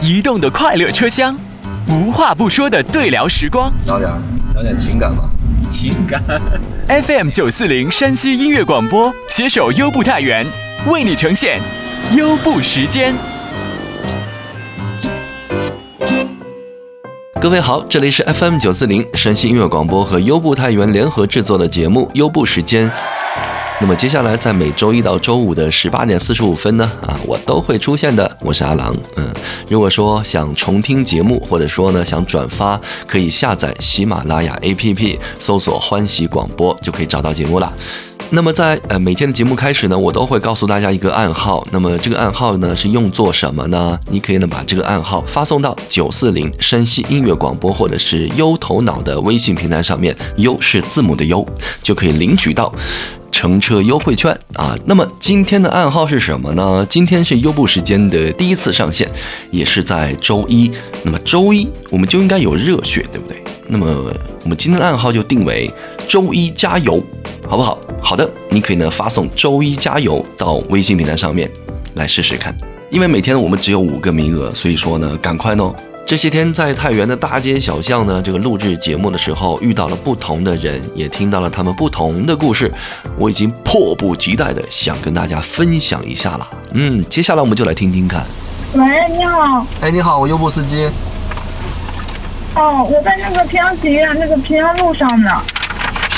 移动的快乐车厢，无话不说的对聊时光。聊点聊点情感吧。情感 FM 九四零山西音乐广播携手优步太原，为你呈现优步时间。各位好，这里是 FM 九四零山西音乐广播和优步太原联合制作的节目《优步时间》。那么接下来在每周一到周五的十八点四十五分呢，啊，我都会出现的。我是阿郎，嗯，如果说想重听节目，或者说呢想转发，可以下载喜马拉雅 APP，搜索“欢喜广播”就可以找到节目了。那么在呃每天的节目开始呢，我都会告诉大家一个暗号。那么这个暗号呢是用作什么呢？你可以呢把这个暗号发送到九四零山西音乐广播或者是优头脑的微信平台上面，优是字母的优，就可以领取到。乘车优惠券啊，那么今天的暗号是什么呢？今天是优步时间的第一次上线，也是在周一。那么周一我们就应该有热血，对不对？那么我们今天的暗号就定为周一加油，好不好？好的，你可以呢发送“周一加油”到微信平台上面来试试看，因为每天我们只有五个名额，所以说呢，赶快弄。这些天在太原的大街小巷呢，这个录制节目的时候遇到了不同的人，也听到了他们不同的故事，我已经迫不及待的想跟大家分享一下了。嗯，接下来我们就来听听看。喂，你好，哎，你好，我优步司机。哦，我在那个平阳体院那个平阳路上呢。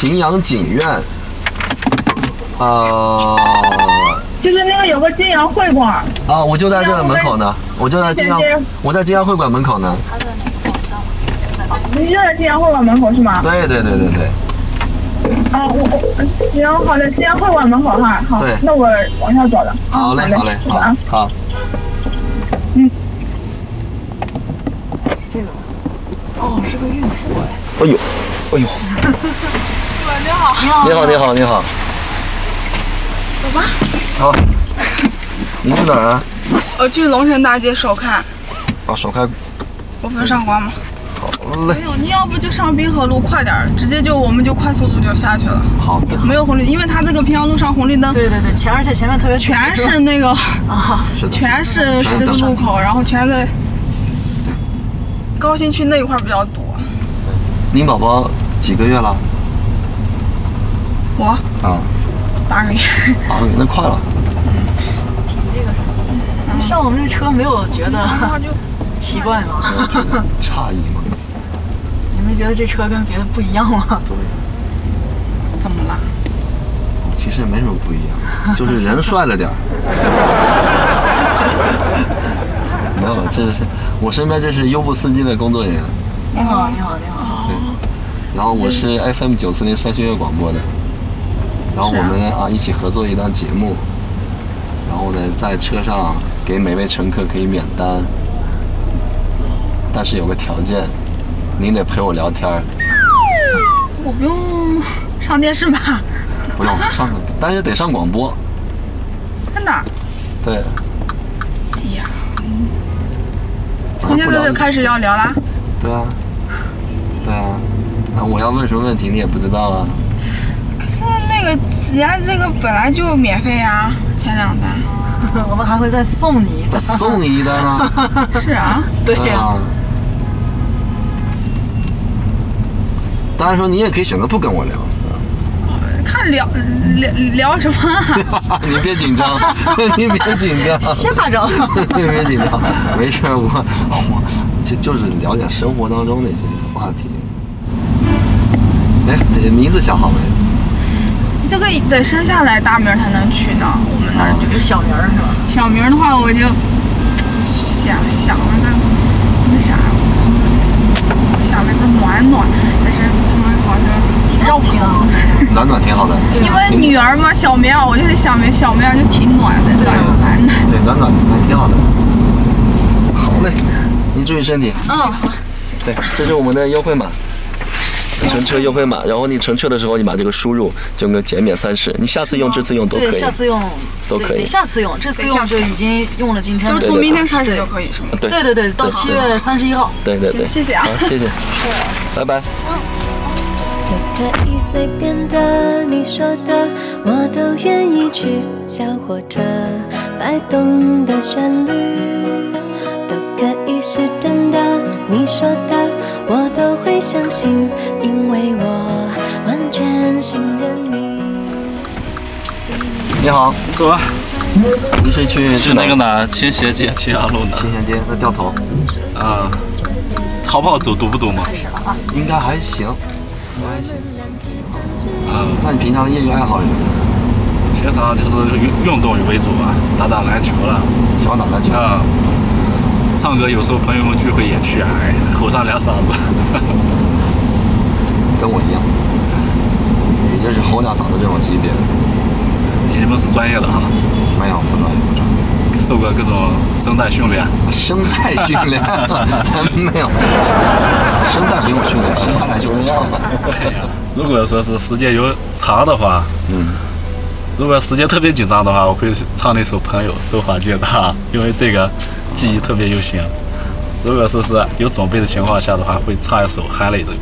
平阳景苑，呃啊、就是那个有个金阳会馆，啊，我就在这门口呢，我就在金阳姐姐，我在金阳会馆门口呢。你就在金阳会馆门口是吗？对对对对对，哦，我我行，好的，金阳会馆门口哈，好对，那我往下走了。好嘞嗯好嘞，是吧啊好？，好，嗯哎呦，哎呦！你 好，你好，你好，你好，好。您去哪儿啊？我去龙泉大街首看，啊，首开，我分上官吗？好嘞没，有，你要不就上滨河路，快点儿，直接就我们就快速度就下去了，好的，没有红绿，因为它这个平阳路上红绿灯对对对，前而且前面特别堵全是那个，啊是的，全是十字路口，然后全在高新区那一块儿比较堵。您宝宝几个月了？我啊，八个月，啊，那快了。上我们这车没有 觉得然后就 奇怪吗？诧异吗？你们觉得这车跟别的不一样吗？ 怎么了？其实也没什么不一样，就是人帅了点儿。没有，这是我身边这是优步司机的工作人员，你好，你好，你好。然后我是 FM 九四零山西音乐广播的，然后我们啊一起合作一档节目，然后呢在车上给每位乘客可以免单，但是有个条件，您得陪我聊天儿，我不用上电视吧？不用上，但是得上广播，真的，对。哎呀，啊从现不聊在就你开始要聊啦。对啊，对啊，那我要问什么问题你也不知道啊？可是那个人家这个本来就免费啊，前两单。 我们还会再送你一再次。送你一单啊！是啊，对呀、啊。当然说你也可以选择不跟我聊，看聊聊聊什么啊、你别紧张，你别紧张， 吓着 了。你别紧张，没事儿，我哦我就就是聊点生活当中那些话题。哎，名字想好没？这个得生下来大名儿才能取呢。我们那儿就有是小名儿是吧？小名儿的话，我就想想了个那啥，他们想了个暖暖，但是他们好像绕口。暖暖挺好的， 因为女儿嘛，小棉袄，我就想棉小棉袄就挺暖的，暖男的。对，暖暖暖挺好的。好嘞，您注意身体。嗯，对，这是我们的优惠码，乘车优惠码。然后你乘车的时候，你把这个输入就能减免三十，你下次用、这次用都可对，以下。次用都可以对对下次用，这次对下用次就用已经用了今天就的。是从明天开始就可以，是吗？对对对对，到七月三十一号。对对对，行谢谢啊好，谢谢，拜拜。这个一岁变的，你说的，我都愿意去小火车，摆动的旋律，都可以你是真的，你说的我都会相信，因为我完全信任你。你好，走啊，你是去去那个哪儿新学街平阳路那儿新贤街那掉头？啊，好不好走？堵不堵嘛？应该还行，应该还行。啊那你平常业余爱好是什么？平常就是运运动为主吧，打打篮球了喜欢打篮球？啊，唱歌有时候朋友们聚会也去，哎，吼上两嗓子。 跟我一样，你这是吼两嗓子这种级别的，你们是专业的哈，没有不专业不专业。受过各种声带训练。生态训练 没有，生态不用训练，生态篮球是这样的。如果说是时间有长的话，嗯，如果时间特别紧张的话，我会唱那首《朋友》周华健的哈，因为这个记忆特别优先。如果说是有准备的情况下的话，会唱一首韩磊的歌，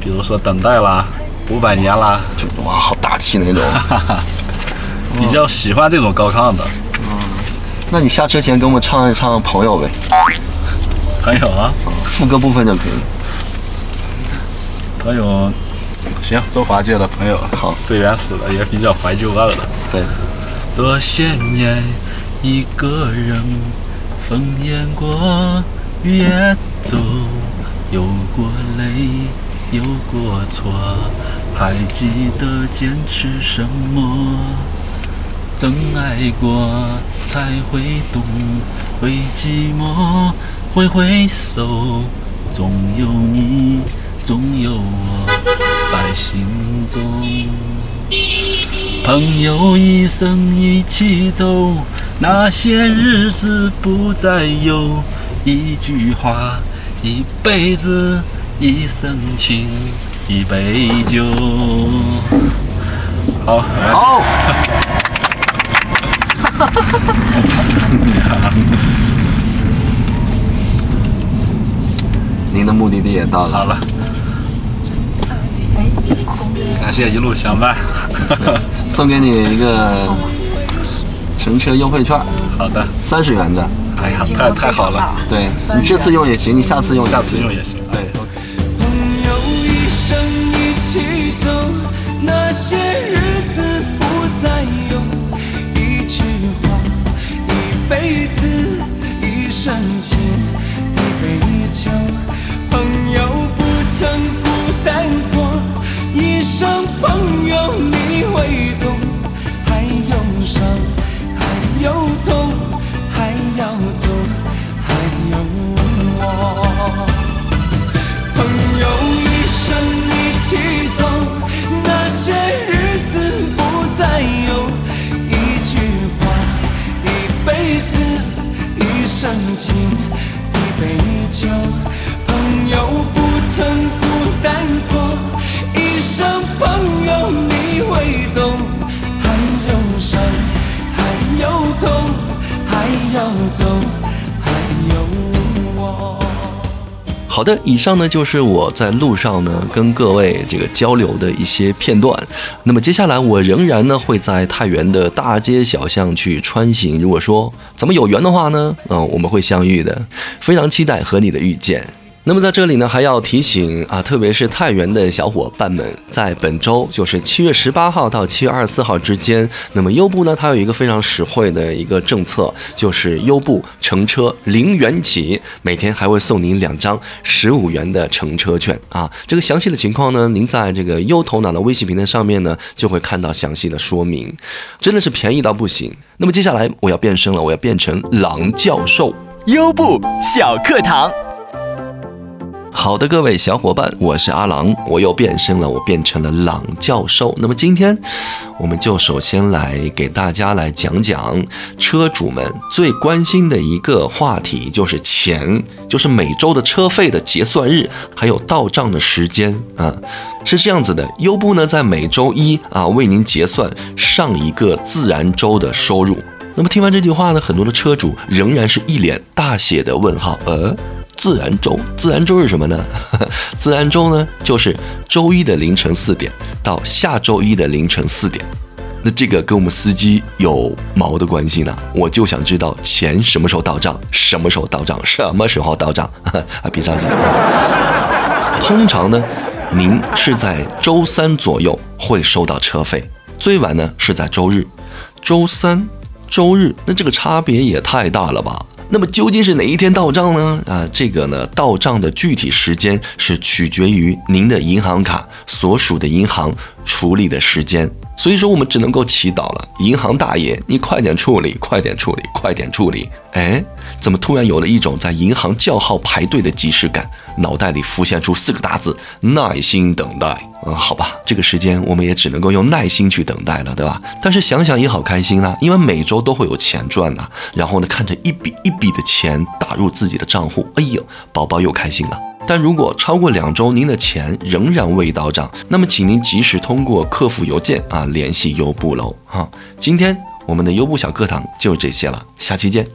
比如说《等待》啦，《五百年》啦，就哇，好大气 那种。比较喜欢这种高亢的。那你下车前给我们唱一唱《朋友》呗，朋友啊，副歌部分就可以。朋友，行，周华健的朋友，好最原始的也比较怀旧味儿的。对，这些年一个人风言过，雨也走，有过泪，有过错，还记得坚持什么？真爱过才会懂，会寂寞，挥挥手，总有你，总有我在心中。朋友一生一起走，那些日子不再有。一句话，一辈子，一生情，一杯酒。好，好，您的目的地也到了好，了。感谢一路相伴。送给你一个乘车优惠券，好的，三十元的。哎呀，太太好了，对你这次用也行，你下次用也行下次用也行。对。朋友一生一起走，那些日子不再有。一句话，一辈子，一生情，一杯酒。朋友不曾孤单过，一生朋友你会懂。还有伤，还有痛，还要走，还有我。朋友一生一起走，那些日子不再有。一句话，一辈子，一生情，一杯酒。朋友不曾孤单过，一生朋友你会懂。还有伤，还有痛，还要走，还有我。好的，以上呢就是我在路上呢跟各位这个交流的一些片段。那么接下来我仍然呢会在太原的大街小巷去穿行。如果说咱们有缘的话呢，嗯、我们会相遇的，非常期待和你的遇见。那么在这里呢，还要提醒啊，特别是太原的小伙伴们，在本周就是七月十八号到七月二十四号之间，那么优步呢，它有一个非常实惠的一个政策，就是优步乘车零元起，每天还会送您两张十五元的乘车券啊。这个详细的情况呢，您在这个优头脑的微信平台上面呢，就会看到详细的说明，真的是便宜到不行。那么接下来我要变身了，我要变成狼教授。优步小课堂。好的，各位小伙伴，我是阿郎，我又变身了，我变成了朗教授。那么今天，我们就首先来给大家来讲讲车主们最关心的一个话题，就是钱，就是每周的车费的结算日，还有到账的时间啊。是这样子的，优步呢在每周一啊为您结算上一个自然周的收入。那么听完这句话呢，很多的车主仍然是一脸大写的问号，呃。自然周，自然周是什么呢？ 自然周呢，就是周一的凌晨四点到下周一的凌晨四点。那这个跟我们司机有毛的关系呢？我就想知道钱什么时候到账，什么时候到账，什么时候到账 啊！别着急。通常呢，您是在周三左右会收到车费，最晚呢是在周日。周三、周日，那这个差别也太大了吧？那么究竟是哪一天到账呢？啊，这个呢，到账的具体时间是取决于您的银行卡所属的银行处理的时间。所以说，我们只能够祈祷了，银行大爷，你快点处理，快点处理，快点处理。哎，怎么突然有了一种在银行叫号排队的即视感？脑袋里浮现出四个大字：耐心等待。嗯，好吧，这个时间我们也只能够用耐心去等待了，对吧？但是想想也好开心呐、啊因为每周都会有钱赚呐、然后呢，看着一笔一笔的钱打入自己的账户，哎呦，宝宝又开心了。但如果超过两周，您的钱仍然未到账，那么请您及时通过客服邮件啊联系优步喽。哈、今天我们的优步小课堂就这些了，下期见。